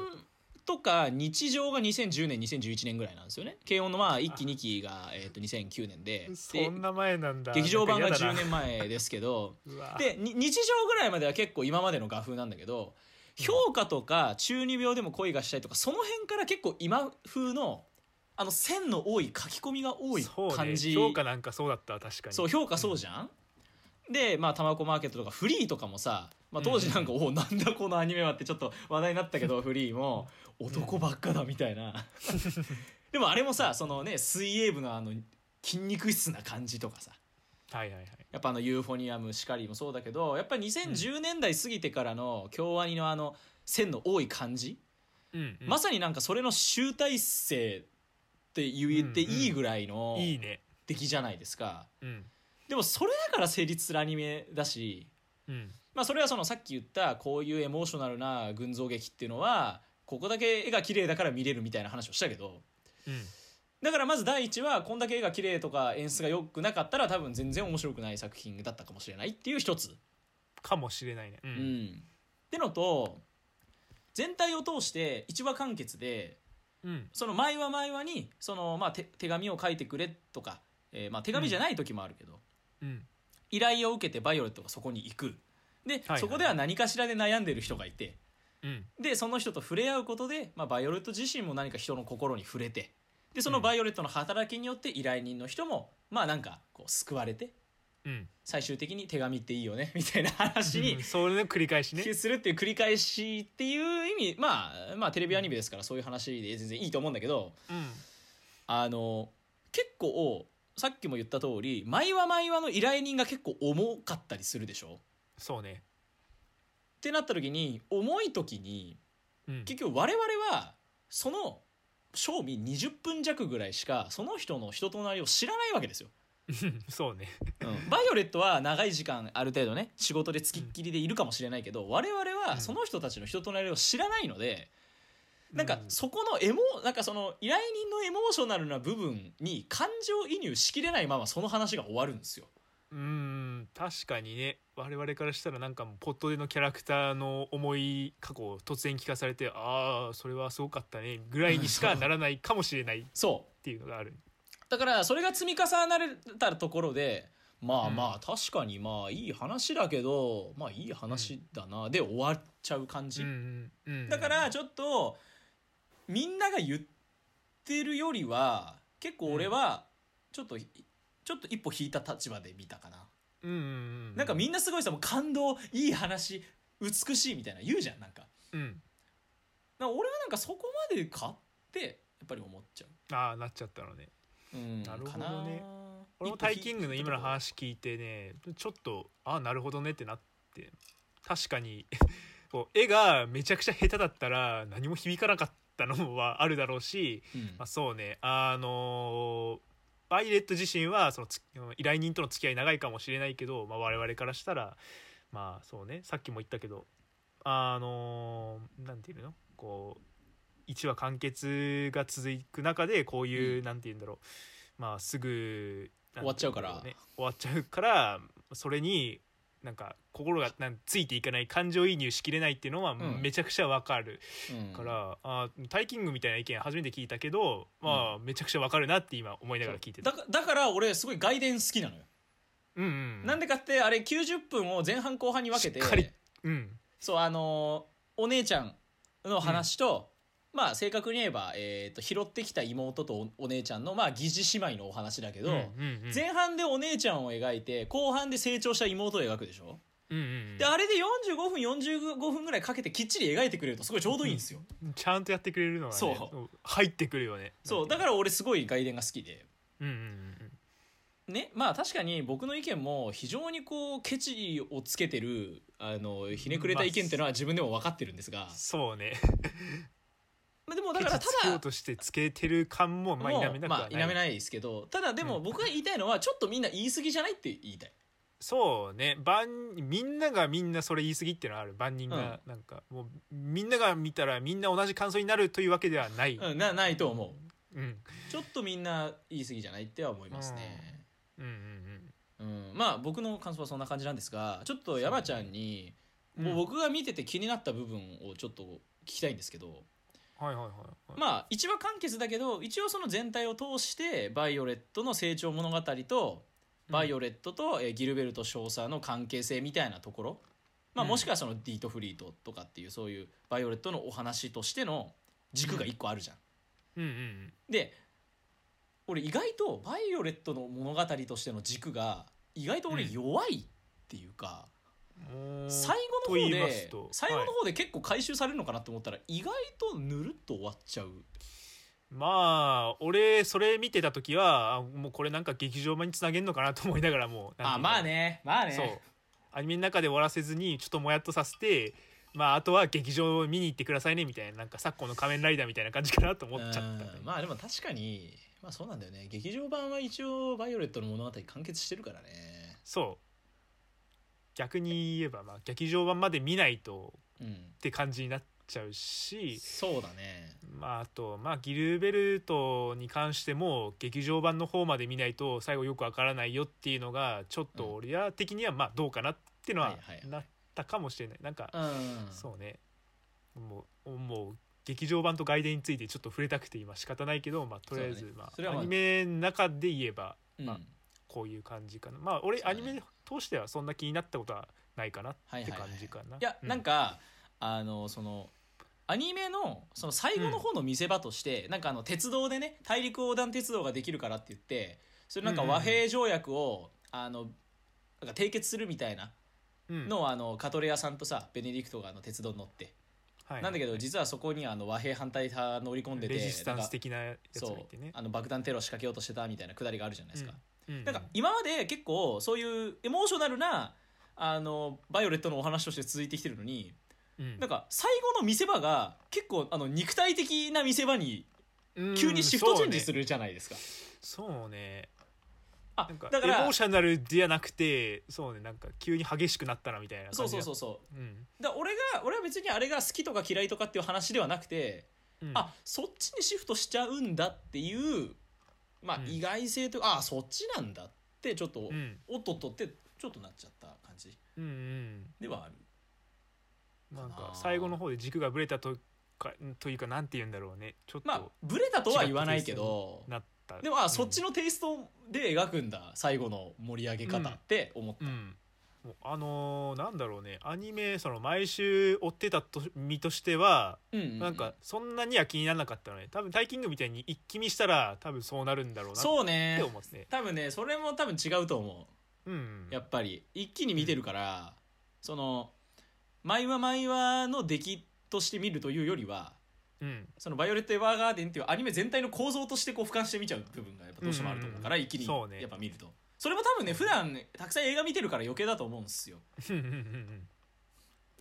Speaker 1: とか日常が2010年2011年ぐらいなんですよね軽音のまあ1期2期が、えー、と2009年で
Speaker 2: そんな前なんだ
Speaker 1: で劇場版が
Speaker 2: なんか
Speaker 1: 10
Speaker 2: 嫌だな
Speaker 1: 年前ですけど
Speaker 2: うわ
Speaker 1: でに日常ぐらいまでは結構今までの画風なんだけど評価とか中二病でも恋がしたいとかその辺から結構今風のあの線の多い書き込みが多い
Speaker 2: そう
Speaker 1: 感じ
Speaker 2: ね、評価なんかそうだった確かに
Speaker 1: そう評価そうじゃん、でまあたまこマーケットとかフリーとかもさ、まあ、当時なんか、おおなんだこのアニメはってちょっと話題になったけどフリーも男ばっかだみたい な、でもあれもさそのね水泳部のあの筋肉質な感じとかさ
Speaker 2: はいはいはい
Speaker 1: やっぱあのユーフォニアムしかりもそうだけどやっぱり2010年代過ぎてからの京アニのあの線の多い感じ、
Speaker 2: うん、
Speaker 1: まさになんかそれの集大成って言っていいぐらいの
Speaker 2: いいね
Speaker 1: 出来じゃないですか、
Speaker 2: うん
Speaker 1: でもそれだから成立するアニメだし、
Speaker 2: うん
Speaker 1: まあ、それはそのさっき言ったこういうエモーショナルな群像劇っていうのはここだけ絵が綺麗だから見れるみたいな話をしたけど
Speaker 2: うん
Speaker 1: だからまず第一はこんだけ絵が綺麗とか演出が良くなかったら多分全然面白くない作品だったかもしれないっていう一つ。
Speaker 2: かもしれないねう
Speaker 1: うんん、ってのと全体を通して一話完結で
Speaker 2: うん
Speaker 1: その毎話毎話にその、まあ、手手紙を書いてくれとか、えーまあ、手紙じゃない時もあるけど、
Speaker 2: うん
Speaker 1: 依頼を受けてバイオレットがそこに行くで、
Speaker 2: はい
Speaker 1: そこでは何かしらで悩んでる人がいて
Speaker 2: うん
Speaker 1: でその人と触れ合うことで、まあ、バイオレット自身も何か人の心に触れてでそのバイオレットの働きによって依頼人の人も、まあなんかこう救われて
Speaker 2: うん
Speaker 1: 最終的に手紙っていいよね みたいな話に
Speaker 2: うん それの繰り返しね
Speaker 1: 普及するっていう繰り返しっていう意味、まあ、まあテレビアニメですからそういう話で全然いいと思うんだけど
Speaker 2: うん
Speaker 1: あの結構さっきも言った通り毎話毎話の依頼人が結構重かったりするでしょっ
Speaker 2: そうね
Speaker 1: てなった時に重い時に
Speaker 2: うん
Speaker 1: 結局我々はその賞味20分弱ぐらいしかその人の人となりを知らないわけですよ。
Speaker 2: うん そうね
Speaker 1: うんバイオレットは長い時間ある程度ね仕事でつきっきりでいるかもしれないけど、我々はその人たちの人となりを知らないのでなんか
Speaker 2: うん
Speaker 1: そこのエモなんかその依頼人のエモーショナルな部分に感情移入しきれないままその話が終わるんですよ。
Speaker 2: うん確かにね我々からしたらなんかもうポットでのキャラクターの思い過去を突然聞かされてああそれはすごかったねぐらいにしかならないかもしれないっ
Speaker 1: そう
Speaker 2: ていうのがある
Speaker 1: だからそれが積み重ねたところでまあ
Speaker 2: うん
Speaker 1: まあ確かにまあいい話だけどまあいい話だなで終わっちゃう感じ、
Speaker 2: うんうんうん
Speaker 1: だからちょっとみんなが言ってるよりは結構俺はちょっと、ちょっと一歩引いた立場で見たかな、
Speaker 2: うんうんうん
Speaker 1: なんかみんなすごいさもう感動いい話美しいみたいな言うじゃんなんか
Speaker 2: うん
Speaker 1: なんか俺はなんかそこまでかってやっぱり思っちゃ
Speaker 2: ああなっちゃったのね
Speaker 1: う、うん、
Speaker 2: なるほどね
Speaker 1: かな
Speaker 2: 俺もタイキングの今の話聞いてねちょっとああなるほどねってなって確かに こう絵がめちゃくちゃ下手だったら何も響かなかったのはあるだろうし、
Speaker 1: うん
Speaker 2: まあ、そうねあのバイレット自身はそのつ依頼人との付き合い長いかもしれないけど、まあ、我々からしたらまあそうねさっきも言ったけどあのなんていうのこう1話完結が続く中でこういう、
Speaker 1: うん
Speaker 2: なんて言うんだろうまあすぐ
Speaker 1: 終わっちゃうから
Speaker 2: なんていんだろね、終わっちゃうからそれになんか心がなんついていかない感情移入しきれないっていうのは
Speaker 1: ん
Speaker 2: めちゃくちゃわかる、
Speaker 1: うん
Speaker 2: からあタイキングみたいな意見初めて聞いたけど、まあめちゃくちゃわかるなって今思いながら聞いてた
Speaker 1: だかだから俺すごい外伝好きなのよ、
Speaker 2: うんうん
Speaker 1: なんでかってあれ90分を前半後半に分けて
Speaker 2: しっかりうん
Speaker 1: そうあのーお姉ちゃんの話と、まあ正確に言えば、えー、と拾ってきた妹とおお姉ちゃんのまあ疑似姉妹のお話だけど、
Speaker 2: うんうんうん
Speaker 1: 前半でお姉ちゃんを描いて後半で成長した妹を描くでしょ、
Speaker 2: うんうん
Speaker 1: であれで45分45分ぐらいかけてきっちり描いてくれるとすごいちょうどいいんですよ、
Speaker 2: うんちゃんとやってくれるのは、ね、
Speaker 1: そう
Speaker 2: 入ってくるよね
Speaker 1: そうだから俺すごい外伝が好きで
Speaker 2: うんうんうん
Speaker 1: ねまあ確かに僕の意見も非常にこうケチをつけてるあのひねくれた意見っていうのは自分でも分かってるんですが、
Speaker 2: そうね
Speaker 1: まあ、でもだ
Speaker 2: ケ
Speaker 1: から
Speaker 2: チ
Speaker 1: た
Speaker 2: つけよ
Speaker 1: だ
Speaker 2: うとしてつけてる感もまあ否
Speaker 1: も
Speaker 2: め
Speaker 1: う
Speaker 2: なく
Speaker 1: ま
Speaker 2: は
Speaker 1: あ
Speaker 2: ない,、
Speaker 1: 否めないですけどただでも僕が言いたいのはちょっとみんな言い過ぎじゃないって言いたい
Speaker 2: そうね万みんながみんなそれ言い過ぎってのはある万人がなんか、もうみんなが見たらみんな同じ感想になるというわけではない、
Speaker 1: うんなないと思う
Speaker 2: うん
Speaker 1: ちょっとみんな言い過ぎじゃないっては思いますね、
Speaker 2: うんうんうん
Speaker 1: うんまあ僕の感想はそんな感じなんですがちょっと山ちゃんに、
Speaker 2: うん
Speaker 1: もう僕が見てて気になった部分をちょっと聞きたいんですけど、
Speaker 2: はいはいはいはい、
Speaker 1: まあ一話完結だけど一応その全体を通してバイオレットの成長物語とバイオレットと、えーギルベルト少佐の関係性みたいなところ、まあ、
Speaker 2: うん
Speaker 1: もしくはそのディートフリートとかっていうそういうバイオレットのお話としての軸が一個あるじゃん。
Speaker 2: うんうん
Speaker 1: で俺意外とバイオレットの物語としての軸が意外と俺弱いっていうか、
Speaker 2: うん
Speaker 1: 最後
Speaker 2: と
Speaker 1: の方
Speaker 2: 言います
Speaker 1: で
Speaker 2: と
Speaker 1: 最後の方で結構回収されるのかなと思ったら意外とぬるっと終わっちゃう。
Speaker 2: まあ俺それ見てた時はあもうこれなんか劇場版につなげんのかなと思いながらもうなんていう
Speaker 1: あ
Speaker 2: の
Speaker 1: まあねまあね。
Speaker 2: そうアニメの中で終わらせずにちょっともやっとさせてまああとは劇場を見に行ってくださいねみたいななんか昨今の「仮面ライダー」みたいな感じかなと思っちゃったね、
Speaker 1: うんまあでも確かにまあそうなんだよね劇場版は一応「バイオレット」の物語完結してるからね
Speaker 2: そう逆に言えば、まあ、劇場版まで見ないと
Speaker 1: うん
Speaker 2: って感じになっちゃうし
Speaker 1: そうだね
Speaker 2: まああとまあギルベルトに関しても劇場版の方まで見ないと最後よくわからないよっていうのがちょっと俺ら的にはまあどうかなっていうの
Speaker 1: は
Speaker 2: はい
Speaker 1: はいはい
Speaker 2: なったかもしれないなんか
Speaker 1: うん
Speaker 2: そうねもうもう劇場版と外伝についてちょっと触れたくて今仕方ないけど、まあ、とりあえ
Speaker 1: そ
Speaker 2: ず、
Speaker 1: うだね
Speaker 2: ま
Speaker 1: それは
Speaker 2: あ、
Speaker 1: まあ
Speaker 2: アニメの中で言えば
Speaker 1: うん、
Speaker 2: まあこういう感じかなまあ俺
Speaker 1: そう
Speaker 2: ア
Speaker 1: だね
Speaker 2: ニメ通してはそんな気になったことはないかなっ
Speaker 1: はいはい
Speaker 2: て
Speaker 1: はい
Speaker 2: 感じかない
Speaker 1: やなん
Speaker 2: か
Speaker 1: か、あのそのアニメのその最後の方の見せ場として、なんかあの鉄道でね大陸横断鉄道ができるからって言ってそれなんか
Speaker 2: うんうんうん
Speaker 1: 和平条約を、あのなんか締結するみたいなのを、あのカトレアさんとさベネディクトがあの鉄道に乗ってなんだけど実はそこにあの和平反対派乗り込んでて
Speaker 2: レジスタン
Speaker 1: なん
Speaker 2: ス
Speaker 1: か
Speaker 2: 的なやつが
Speaker 1: そ
Speaker 2: いて
Speaker 1: う
Speaker 2: ね
Speaker 1: あの爆弾テロ仕掛けようとしてたみたいなくだりがあるじゃないですか、
Speaker 2: う
Speaker 1: なんか今まで結構そういうエモーショナルなあのバイオレットのお話として続いてきてるのに
Speaker 2: うん
Speaker 1: なんか最後の見せ場が結構あの肉体的な見せ場に急にシフトチェンジす
Speaker 2: る
Speaker 1: るじゃないですか、
Speaker 2: そうね
Speaker 1: あ
Speaker 2: なんか
Speaker 1: だか
Speaker 2: エモ
Speaker 1: ら
Speaker 2: ーショナルではなくてそうねなんか急に激しくなったなみたいな
Speaker 1: そうそうそううそう
Speaker 2: うん
Speaker 1: だから俺が俺は別にあれが好きとか嫌いとかっていう話ではなくて
Speaker 2: うん
Speaker 1: あそっちにシフトしちゃうんだっていう、まあ
Speaker 2: う、ん
Speaker 1: 意外性というかあそっちなんだってちょっと、
Speaker 2: うん
Speaker 1: おっとっとってちょっとなっちゃった感じ
Speaker 2: うんうん
Speaker 1: ではある
Speaker 2: なんか
Speaker 1: あー
Speaker 2: 最後の方で軸がぶれたとかというかなんて言うんだろうねちょっ
Speaker 1: まあ
Speaker 2: と
Speaker 1: ブレたとは言わないけど
Speaker 2: なった、
Speaker 1: でもあそっ
Speaker 2: う
Speaker 1: ち
Speaker 2: ん
Speaker 1: のテイストで描くんだ最後の盛り上げ方って思った、
Speaker 2: うんもうあのーなんだろうねアニメその毎週追ってたと身としては、
Speaker 1: うんうんうん
Speaker 2: なんかそんなには気にならなかったのね多分タイキングみたいに一気見したら多分そうなるんだろうなっ
Speaker 1: そう
Speaker 2: て
Speaker 1: ね
Speaker 2: 思ってね
Speaker 1: 多分ねそれも多分違うと思
Speaker 2: うん
Speaker 1: うやっぱり一気に見てるから、その毎話毎話の出来として見るというよりは
Speaker 2: うん
Speaker 1: その「バイオレット・エヴァーガーデン」っていうアニメ全体の構造としてこう俯瞰して見ちゃう部分がやっぱどうしてもあると思うから、
Speaker 2: うんうんうん
Speaker 1: 一気に
Speaker 2: そうね
Speaker 1: やっぱ見るとそ,、れも多分ね普段ねたくさん映画見てるから余計だと思うんですよ
Speaker 2: うんうんうん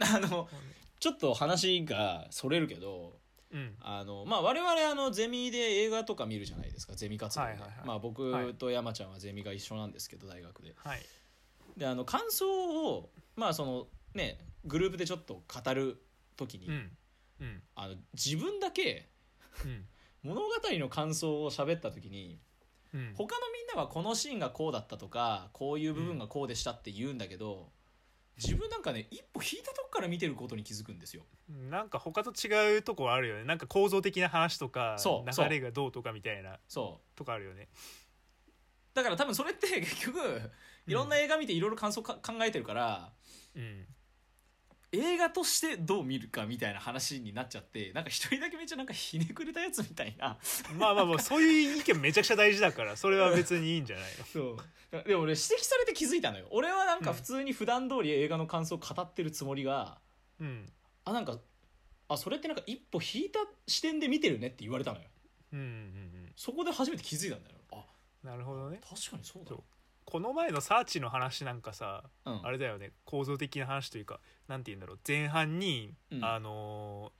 Speaker 1: あのちょっと話がそれるけど
Speaker 2: うんうん
Speaker 1: あのまあ我々あのゼミで映画とか見るじゃないですかゼミ活動で、
Speaker 2: はいはいはい
Speaker 1: まあ
Speaker 2: は
Speaker 1: 僕
Speaker 2: い
Speaker 1: と山ちゃんはゼミが一緒なんですけど大学で
Speaker 2: はい
Speaker 1: であの感想をまあそのねグループでちょっと語る時に、
Speaker 2: うんうん
Speaker 1: あの自分だけ
Speaker 2: うん
Speaker 1: 物語の感想を喋った時に
Speaker 2: うん
Speaker 1: 他のみんなはこのシーンがこうだったとかこういう部分がこうでしたって言うんだけど、自分なんかね一歩引いたとこから見てることに気づくんですよ。
Speaker 2: なんか他と違うとこあるよねなんか構造的な話とか
Speaker 1: そうそう
Speaker 2: 流れがどうとかみたいな
Speaker 1: そう
Speaker 2: とかあるよね
Speaker 1: だから多分それって 結局いろんな映画見ていろいろ感想か考えてるから
Speaker 2: うん
Speaker 1: 映画としてどう見るかみたいな話になっちゃってなんか一人だけめっちゃなんかひねくれたやつみたいな
Speaker 2: まあまあまあそういう意見めちゃくちゃ大事だからそれは別にいいんじゃないの
Speaker 1: そうでも俺指摘されて気づいたのよ俺はなんか普通に普段通り映画の感想を語ってるつもりが
Speaker 2: うん
Speaker 1: あなんかあそれってなんか一歩引いた視点で見てるねって言われたのよ
Speaker 2: うんうんうん
Speaker 1: そこで初めて気づいたんだよあ
Speaker 2: なるほどね
Speaker 1: 確かにそうだ
Speaker 2: そうこの前のサーチの話なんかさ
Speaker 1: うん、
Speaker 2: あれだよね構造的な話というかなんて言うんだろう前半に、
Speaker 1: うん
Speaker 2: あの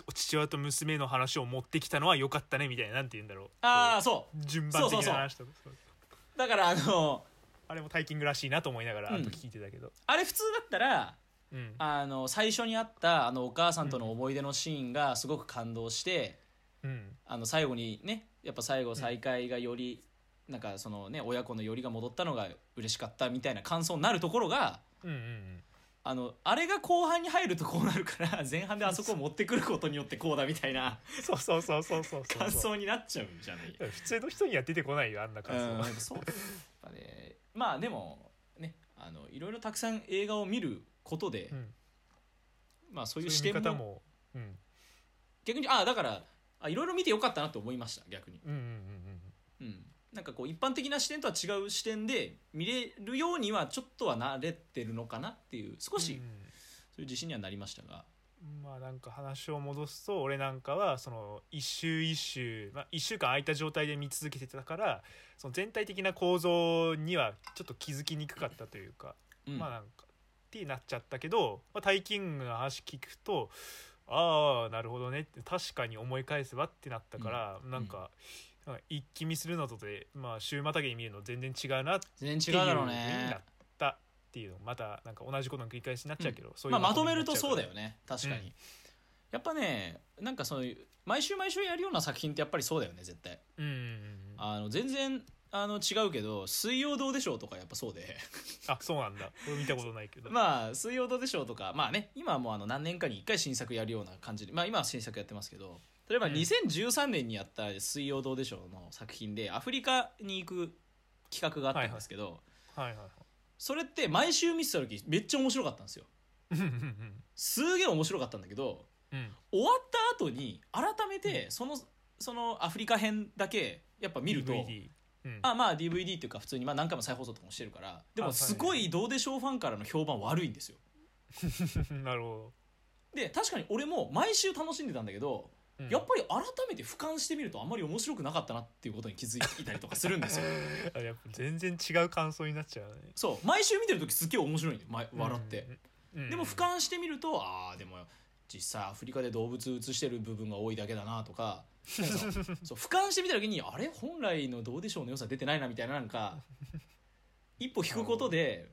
Speaker 2: ー父親と娘の話を持ってきたのは良かったねみたいななんて言うんだろう
Speaker 1: あ
Speaker 2: こ
Speaker 1: あそう
Speaker 2: 順番
Speaker 1: そ
Speaker 2: 的
Speaker 1: うそうそ
Speaker 2: な
Speaker 1: う
Speaker 2: 話とかそう
Speaker 1: うだからあの
Speaker 2: あれもタイキングらしいなと思いながら
Speaker 1: うん
Speaker 2: あと聞いてたけど、
Speaker 1: あれ普通だったら
Speaker 2: うん
Speaker 1: あの最初にあったあのお母さんとの思い出のシーンがすごく感動して、
Speaker 2: うん
Speaker 1: あの最後にねやっぱ最後再会がより、なんかそのね親子のよりが戻ったのが嬉しかったみたいな感想になるところが
Speaker 2: うんうん
Speaker 1: あのあれが後半に入るとこうなるから前半であそこを持ってくることによってこうだみたいな
Speaker 2: そうそうそうそうそうそう
Speaker 1: 感想になっちゃうんじゃない
Speaker 2: 普通の人には出てこないよあんな感想
Speaker 1: うん
Speaker 2: は
Speaker 1: やっぱそうやっぱねまあでもねあのいろいろたくさん映画を見ることで、
Speaker 2: うん
Speaker 1: まあそういう視
Speaker 2: そういう見
Speaker 1: 点
Speaker 2: 方
Speaker 1: も
Speaker 2: もうん
Speaker 1: 逆にああだからあいろいろ見てよかったなと思いました逆に、
Speaker 2: うんうん
Speaker 1: うん、なんかこう一般的な視点とは違う視点で見れるようにはちょっとは慣れてるのかなっていう少し
Speaker 2: うん
Speaker 1: そういう自信にはなりましたが、
Speaker 2: うんまあなんか話を戻すと俺なんかはその一周一周、まあ、1週間空いた状態で見続けてたからその全体的な構造にはちょっと気づきにくかったというか、
Speaker 1: うん
Speaker 2: まあなんかってなっちゃったけど、まあ、タイキングの話聞くとああなるほどねって確かに思い返せばってなったから、なんか。なんか一気見するのとで、まあ、週またぎに見るの全然違うなっ
Speaker 1: 全
Speaker 2: って
Speaker 1: 然
Speaker 2: いう
Speaker 1: 違うだろう
Speaker 2: にな
Speaker 1: ね
Speaker 2: ったっていうのまたなんか同じことの繰り返しになっちゃうけど、そうい
Speaker 1: ま
Speaker 2: う
Speaker 1: あ、まとめるとそうだ
Speaker 2: よ
Speaker 1: よね確かに、
Speaker 2: うん
Speaker 1: やっぱねなんかその毎週毎週やるような作品ってやっぱりそうだよね絶対
Speaker 2: うんうんうんあ
Speaker 1: あの全然あの違うけど「水曜どうでしょう」とかやっぱそうで
Speaker 2: そうなんだ俺見たことないけど、
Speaker 1: まあ「水曜どうでしょう」とかまあね今はもうあの何年かに1回新作やるような感じでまあ今は新作やってますけど例えば
Speaker 2: うん
Speaker 1: 2013年にやった「水曜どうでしょう」の作品でアフリカに行く企画 があったんですけど、
Speaker 2: はいはいはい
Speaker 1: それって毎週見てた時めっちゃ面白かったんですよ
Speaker 2: うんうんうん
Speaker 1: すげえ面白かったんだけど
Speaker 2: うん
Speaker 1: 終わった後に改めてその,、そのアフリカ編だけやっぱ見ると、
Speaker 2: DVD うん、
Speaker 1: あまあ DVD っていうか普通にまあ何回も再放送とかもしてるからで
Speaker 2: あ
Speaker 1: も
Speaker 2: はい
Speaker 1: すごい「どうでしょう」ファンからの評判悪いんですよ
Speaker 2: なるほ
Speaker 1: で確かに俺も毎週楽しんでたんだけど、
Speaker 2: ど、うん
Speaker 1: やっぱり改めて俯瞰してみるとあんまり面白くなかったなっていうことに気づいたりとかするん ですよ
Speaker 2: あやっぱ全然違う感想になっちゃうね
Speaker 1: そう毎週見てる時すっげえ面白いんだよま笑って、
Speaker 2: うんうんうん
Speaker 1: でも俯瞰してみるとああでも実際アフリカで動物映してる部分が多いだけだなとかなん かそう俯瞰してみた時にあれ本来の「どうでしょう」の良さ出てないなみたいななんか一歩引くことで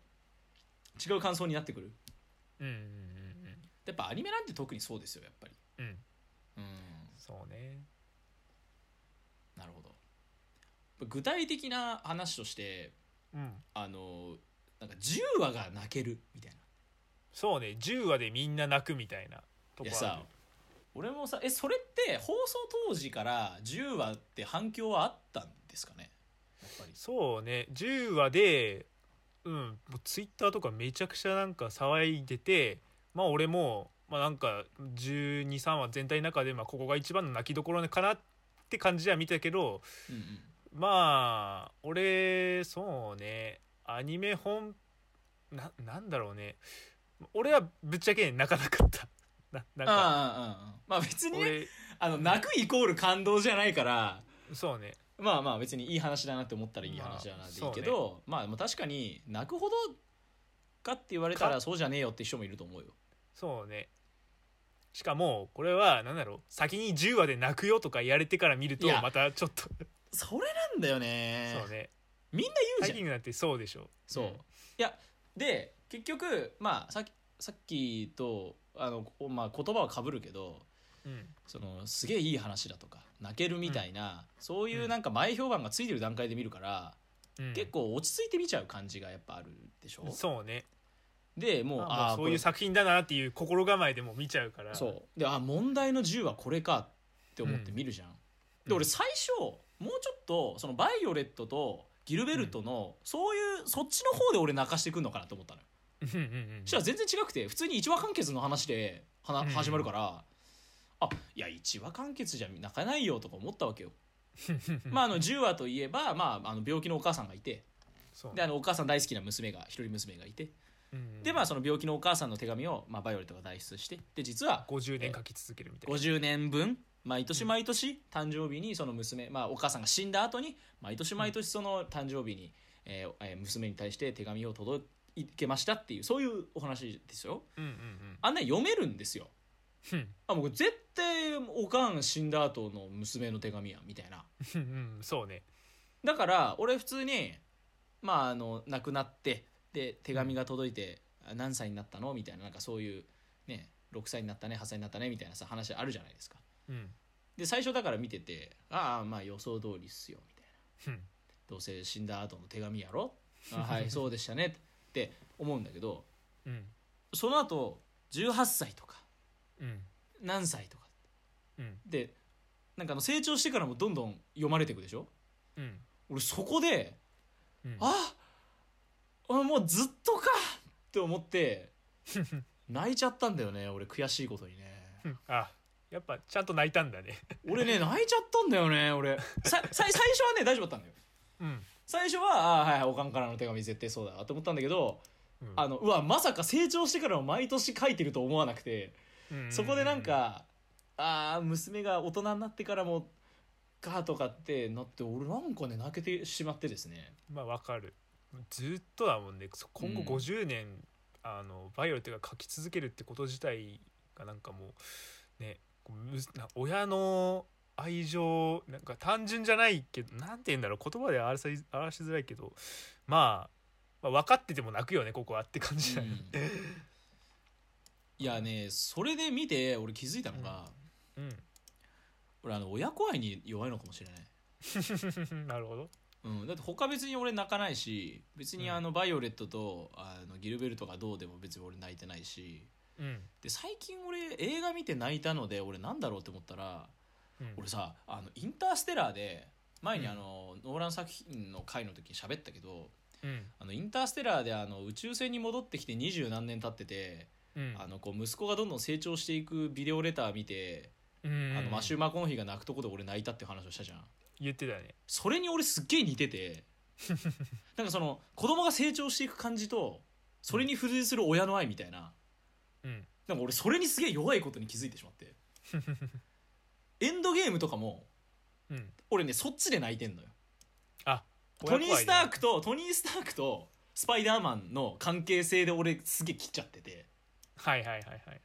Speaker 1: 違う感想になってくる
Speaker 2: うんうんうんうん
Speaker 1: やっぱアニメなんて特にそうですよやっぱり
Speaker 2: うん
Speaker 1: うん
Speaker 2: そそうね
Speaker 1: なるほど具体的な話として
Speaker 2: うん
Speaker 1: あのなんか10話が泣けるみたいな
Speaker 2: そうね10話でみんな泣くみたいなと
Speaker 1: い
Speaker 2: こ
Speaker 1: や
Speaker 2: あ
Speaker 1: さ
Speaker 2: る
Speaker 1: 俺もさえそれって放送当時から10話って反響はあったんですかねやっぱり
Speaker 2: そうね10話でうんもうツイッターとかめちゃくちゃなんか騒いでてまあ俺もまあなんか123話全体の中でまあここが一番の泣きどころかなって感じは見たけど
Speaker 1: うんうん
Speaker 2: まあ俺そうねアニメ本ななんだろうね俺はぶっちゃけ泣かなかった ななん
Speaker 1: あ
Speaker 2: か
Speaker 1: あああああまあ別にね
Speaker 2: 俺
Speaker 1: あの泣くイコール感動じゃないから
Speaker 2: そうね
Speaker 1: まあまあ別にいい話だなって思ったらいい話だなっていいけど、まあ、でも確かに泣くほどかって言われたら
Speaker 2: か
Speaker 1: そうじゃねえよって人もいると思うよ
Speaker 2: そうねしかもこれはなんだろう先に10話で泣くよとかやれてから見ると
Speaker 1: いや
Speaker 2: またちょっと
Speaker 1: それなんだよね
Speaker 2: そうね
Speaker 1: みんな言う
Speaker 2: ハ
Speaker 1: じゃ
Speaker 2: イ
Speaker 1: ん
Speaker 2: キングなんてそうでしょ
Speaker 1: そう、
Speaker 2: ん
Speaker 1: いやで結局まあさっきさっきとあの、こまあ、言葉はかぶるけど
Speaker 2: うん
Speaker 1: そのすげえいい話だとか泣けるみたいな、そういううんなんか前評判がついてる段階で見るから、
Speaker 2: うん
Speaker 1: 結構落ち着いて見ちゃう感じがやっぱあるでしょ
Speaker 2: そうね
Speaker 1: でもう
Speaker 2: まあ
Speaker 1: あ
Speaker 2: も
Speaker 1: あ
Speaker 2: うそういう
Speaker 1: こ
Speaker 2: 作品だなっていう心構えでも見ちゃうか
Speaker 1: れ
Speaker 2: ら
Speaker 1: そうであ問題の銃はこれかって思って見るじゃん、で俺
Speaker 2: うん
Speaker 1: 最初もうちょっとそのバイオレットとギルベルトの、そういうそっちの方で俺泣かしてくんのかなと思ったのよ
Speaker 2: うんうんうん
Speaker 1: そしたら全然違くて普通に一話完結の話ではな
Speaker 2: うん
Speaker 1: 始まるから、あいや一話完結じゃ泣かないよとか思ったわけよ。まああの10話といえば、まあ、あの病気のお母さんがいて
Speaker 2: そう
Speaker 1: であのお母さん大好きな娘が一人娘がいて
Speaker 2: うんうん
Speaker 1: でまあその病気のお母さんの手紙を、まあ、バイオレットが代筆してで実は
Speaker 2: 50年書き続けるみたいな
Speaker 1: 50年分毎年毎年誕生日にその娘、まあ、お母さんが死んだ後に毎年毎年その誕生日に、えーえー娘に対して手紙を届けましたっていうそういうお話ですよ。
Speaker 2: うんうんうん
Speaker 1: あんな読めるんですよ。
Speaker 2: うん
Speaker 1: あもう絶対おかん死んだ後の娘の手紙やんみたいな
Speaker 2: うんうんそうね
Speaker 1: だから俺普通にまああの亡くなってで手紙が届いてあ何歳になったのみたいななんかそういうね6歳になったね8歳になったねみたいなさ話あるじゃないですか
Speaker 2: うん
Speaker 1: で最初だから見ててああまあ予想通りっすよみたいな
Speaker 2: うん
Speaker 1: どうせ死んだ後の手紙や ろあはいそうでしたねって思うんだけど
Speaker 2: うん
Speaker 1: その後18歳とか
Speaker 2: うん
Speaker 1: 何歳とか
Speaker 2: うん
Speaker 1: でなんかあの成長してからもどんどん読まれていくでしょ
Speaker 2: うん
Speaker 1: 俺そこで
Speaker 2: うん
Speaker 1: ああもうずっとかって思って泣いちゃったんだよね俺悔しいことにね
Speaker 2: うん あやっぱちゃんと泣いたんだね
Speaker 1: 俺ね泣いちゃったんだよね俺ささ最初はね大丈夫だったんだよ
Speaker 2: うん
Speaker 1: 最初はあーはいはいおかんからの手紙絶対そうだと思ったんだけど
Speaker 2: うん
Speaker 1: あのうわまさか成長してからも毎年書いてると思わなくて
Speaker 2: うんうんうん
Speaker 1: そこでなんか、ああ娘が大人になってからもかとかってなって俺なんかね泣けてしまってですね
Speaker 2: まあわかるずっとだもんねそ今後
Speaker 1: うん
Speaker 2: 50年、あのバイオレットが書き続けるってこと自体がなんかもうねこうむずな親の愛情なんか単純じゃないけどなんて言うんだろう言葉で表し表しづらいけど、まあ、まあ分かってても泣くよねここはって感じだよね、
Speaker 1: いやねそれで見て俺気づいたのが、
Speaker 2: うん
Speaker 1: 俺あの親子愛に弱いのかもしれない、
Speaker 2: なるほど。
Speaker 1: うん、だって他別に俺泣かないし別に
Speaker 2: うん
Speaker 1: あのバイオレットとあのギルベルトがどうでも別に俺泣いてないし
Speaker 2: うん。
Speaker 1: で最近俺映画見て泣いたので俺なんだろうって思ったら
Speaker 2: うん、
Speaker 1: 俺さあのインターステラーで前に
Speaker 2: うん
Speaker 1: あの、ノーラン作品の回の時に喋ったけど
Speaker 2: うん。
Speaker 1: あのインターステラーであの宇宙船に戻ってきて二十何年経ってて、
Speaker 2: うん。
Speaker 1: あのこう息子がどんどん成長していくビデオレター見て
Speaker 2: うん、
Speaker 1: あのマシュー・マコンヒーが泣くとこで俺泣いたっていう話をしたじゃん
Speaker 2: 言ってたね。
Speaker 1: それに俺すっげえ似て てなんかその子供が成長していく感じとそれに付随する親の愛みたいな
Speaker 2: うん。
Speaker 1: なんか俺それにすげえ弱いことに気づいてしまって エンドゲームとかも
Speaker 2: うん。
Speaker 1: 俺ねそっちで泣いてんのよ
Speaker 2: あ、
Speaker 1: トニー・スター
Speaker 2: ク。
Speaker 1: クとトニー・スタークとスパイダーマンの関係性で俺すげえ切っちゃってて
Speaker 2: はいはいはいはい。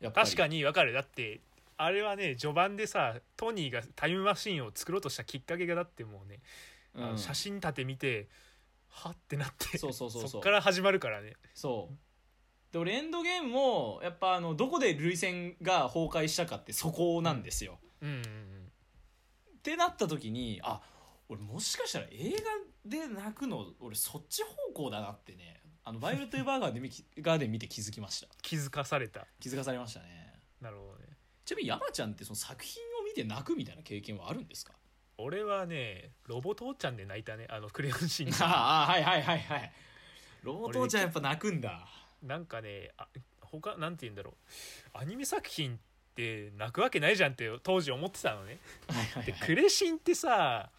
Speaker 1: やっぱり
Speaker 2: 確かにわかる。だって、あれはね、序盤でさ、トニーがタイムマシンを作ろうとしたきっかけがだってもうね、あの
Speaker 1: うん
Speaker 2: 写真立て見て、はってなって、
Speaker 1: そうそうそうそう
Speaker 2: っから始まるからね。
Speaker 1: そうで俺エンドゲームもやっぱあのどこで涙腺が崩壊したかってそこなんですよ。
Speaker 2: うんうんうん
Speaker 1: ってなった時にあ俺もしかしたら映画で泣くの俺そっち方向だなってねあの「バイオレット・エヴァーガーデン見き」ガーデン見て気づきました
Speaker 2: 気づかされた
Speaker 1: 気づかされましたね
Speaker 2: なるほどね
Speaker 1: ちなみに山ちゃんってその作品を見て泣くみたいな経験はあるんですか
Speaker 2: 俺はねロボ父ちゃんで泣いたねあのクレヨンしんちゃ ん
Speaker 1: ああはいはいはいはいロボ父ちゃんやっぱ泣くんだ
Speaker 2: なんかねあ他なんて言うんだろうアニメ作品って泣くわけないじゃんって当時思ってたのね
Speaker 1: はいはい
Speaker 2: で
Speaker 1: はい
Speaker 2: クレシンってさ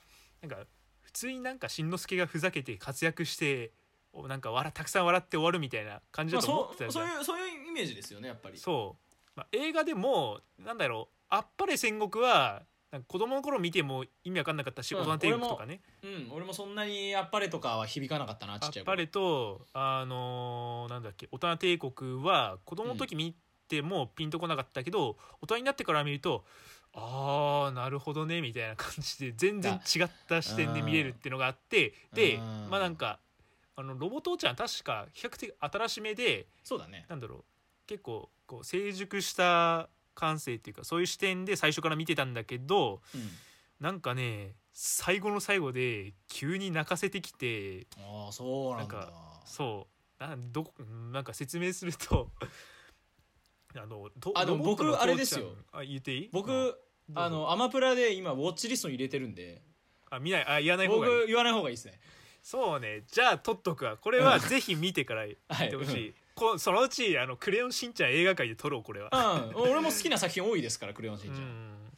Speaker 2: なんか普通になんかしんのすけがふざけて活躍しておなんか笑たくさん笑って終わるみたいな感じ
Speaker 1: ま
Speaker 2: だ
Speaker 1: あ、
Speaker 2: と思
Speaker 1: そ
Speaker 2: ってた
Speaker 1: う
Speaker 2: じ
Speaker 1: そ
Speaker 2: ゃ、
Speaker 1: うんいうそういうイメージですよねやっぱり
Speaker 2: そう、まあ、映画でもなんだろう「あっぱれ戦国は」なんか子供の頃見ても意味わかんなかったし、
Speaker 1: うん
Speaker 2: 大人帝国とかね
Speaker 1: うん俺もそんなに「あっぱれ」とかは響かなかったな
Speaker 2: あ
Speaker 1: ちっ
Speaker 2: っ
Speaker 1: ちゃい
Speaker 2: ぱ
Speaker 1: 頃
Speaker 2: れとあのーなんだっけ大人帝国は子供の時見てもピンとこなかったけど、大人になってから見るとあーなるほどねみたいな感じで全然違った視点で見れるっていうのがあって
Speaker 1: うん
Speaker 2: で
Speaker 1: うん
Speaker 2: まあなんかあのロボ父ちゃんは確か比較的新しめで
Speaker 1: そうだね
Speaker 2: なんだろう結構こう成熟した感性っていうかそういう視点で最初から見てたんだけど、
Speaker 1: うん
Speaker 2: なんかね最後の最後で急に泣かせてきて
Speaker 1: ああそうなんだ
Speaker 2: なんそうなんどこうんなんか説明すると あのど
Speaker 1: あでも
Speaker 2: ロボットの
Speaker 1: 僕あれですよ
Speaker 2: 父ちゃんあ言っていい
Speaker 1: 僕、
Speaker 2: うん
Speaker 1: あのアマプラで今ウォッチリストに入れてるんで
Speaker 2: あ見ないあ言わない方がいい
Speaker 1: 僕言わない方がいいですね
Speaker 2: そうねじゃあ撮っとくわこれはぜひ見てから言ってほしい、
Speaker 1: はい
Speaker 2: こそのうちあの「クレヨンしんちゃん」映画界で撮ろうこれは、
Speaker 1: うん俺も好きな作品多いですから「クレヨンし
Speaker 2: うん
Speaker 1: ちゃん」
Speaker 2: ん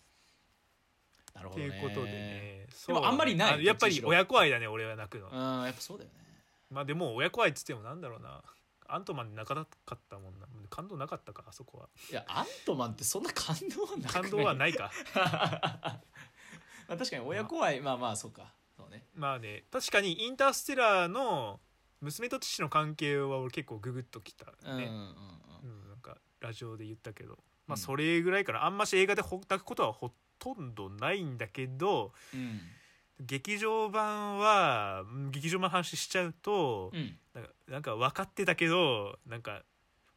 Speaker 1: なるほ
Speaker 2: っ
Speaker 1: ど
Speaker 2: てい
Speaker 1: ね
Speaker 2: うことでね
Speaker 1: でもあんまりない
Speaker 2: あやっぱ
Speaker 1: どっちに
Speaker 2: り
Speaker 1: しろ
Speaker 2: 親子愛だね俺は泣くの、
Speaker 1: うんやっぱそうだよね
Speaker 2: まあでも親子愛っつってもなんだろうなアントマンで泣かなかったもんな感動なかったかあそこはい
Speaker 1: やアントマンってそんな感動はなくない
Speaker 2: 感動 はいないか
Speaker 1: まあ確かに親子愛まあまあそうかそうね
Speaker 2: まあね確かにインターステラーの娘と父の関係は俺結構ググッときた
Speaker 1: うんうんう
Speaker 2: ね、
Speaker 1: ん
Speaker 2: うんなんかラジオで言ったけど
Speaker 1: う
Speaker 2: ま
Speaker 1: ん
Speaker 2: あそれぐらいかなあんまし映画でほったくことはほとんどないんだけど
Speaker 1: うん
Speaker 2: 劇場版はうん劇場版の話しちゃうと、
Speaker 1: うん
Speaker 2: なんかなんか分かってたけどなんか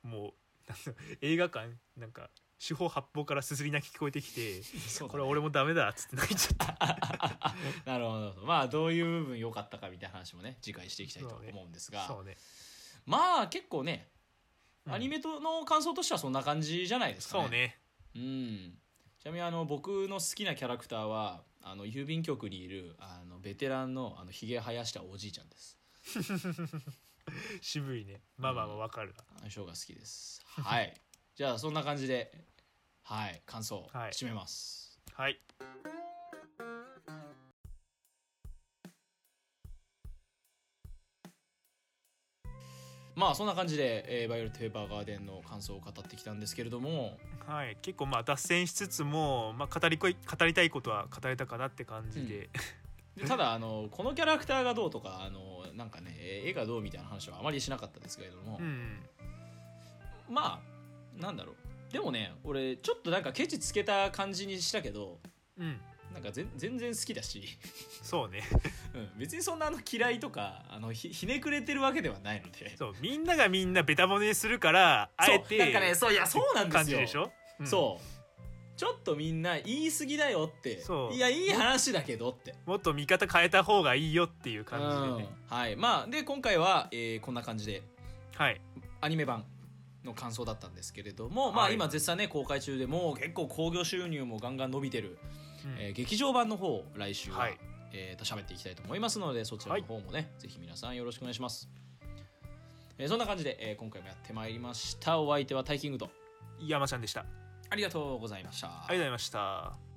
Speaker 2: もうなんか映画館なんか四方八方からすすり泣き聞こえてきて
Speaker 1: そうだね
Speaker 2: これ俺もダメだっつって泣いちゃった
Speaker 1: なるほどなるほどまあどういう部分良かったかみたいな話もね次回していきたいと思うんですが、
Speaker 2: そうね
Speaker 1: まあ結構ね
Speaker 2: うん
Speaker 1: アニメとの感想としてはそんな感じじゃないですかね
Speaker 2: そうね
Speaker 1: うん、ちなみにあの僕の好きなキャラクターはあの郵便局にいるあのベテランのあのひげ生やしたおじいちゃんです
Speaker 2: 渋いねまあまあまあ分かるわ、
Speaker 1: 相性が好きです はいじゃあそんな感じではい感想
Speaker 2: はい
Speaker 1: 締めます、
Speaker 2: はい
Speaker 1: まあそんな感じで、えーバイオレット・ペーパー・ガーデンの感想を語ってきたんですけれども
Speaker 2: はい結構まあ脱線しつつも、まあ、語りこい語りたいことは語れたかなって感じで、
Speaker 1: でただあのこのキャラクターがどうとかあのなんかねえー絵がどうみたいな話はあまりしなかったですけれども、
Speaker 2: うん、うん
Speaker 1: まあなんだろうでもね俺ちょっとなんかケチつけた感じにしたけどなんか全全然好きだし、
Speaker 2: そうね
Speaker 1: うん、別にそんなあの嫌いとかあのひひねくれてるわけではないので
Speaker 2: そうみんながみんなベタボネするからあえ
Speaker 1: そ
Speaker 2: て
Speaker 1: うなんかねそういやそうなんですよ
Speaker 2: 感じでしょ、うん
Speaker 1: そうちょっとみんな言い過ぎだよって
Speaker 2: そう
Speaker 1: いやいい話だけどって
Speaker 2: もっと見方変えた方がいいよっていう感じでね、
Speaker 1: うんはいまあで今回は、えーこんな感じで
Speaker 2: はい
Speaker 1: アニメ版の感想だったんですけれども、まあ
Speaker 2: はい
Speaker 1: 今絶賛ね公開中でもう結構興行収入もガンガン伸びてる、
Speaker 2: うん
Speaker 1: えー劇場版の方を来週は、
Speaker 2: はい
Speaker 1: えーと喋っていきたいと思いますのでそちらの方もね、ぜひ皆さんよろしくお願いします、えーそんな感じで、えー今回もやってまいりましたお相手はタイキングと
Speaker 2: 山ちゃんでしたあ
Speaker 1: ありがとうございました
Speaker 2: りがとうございました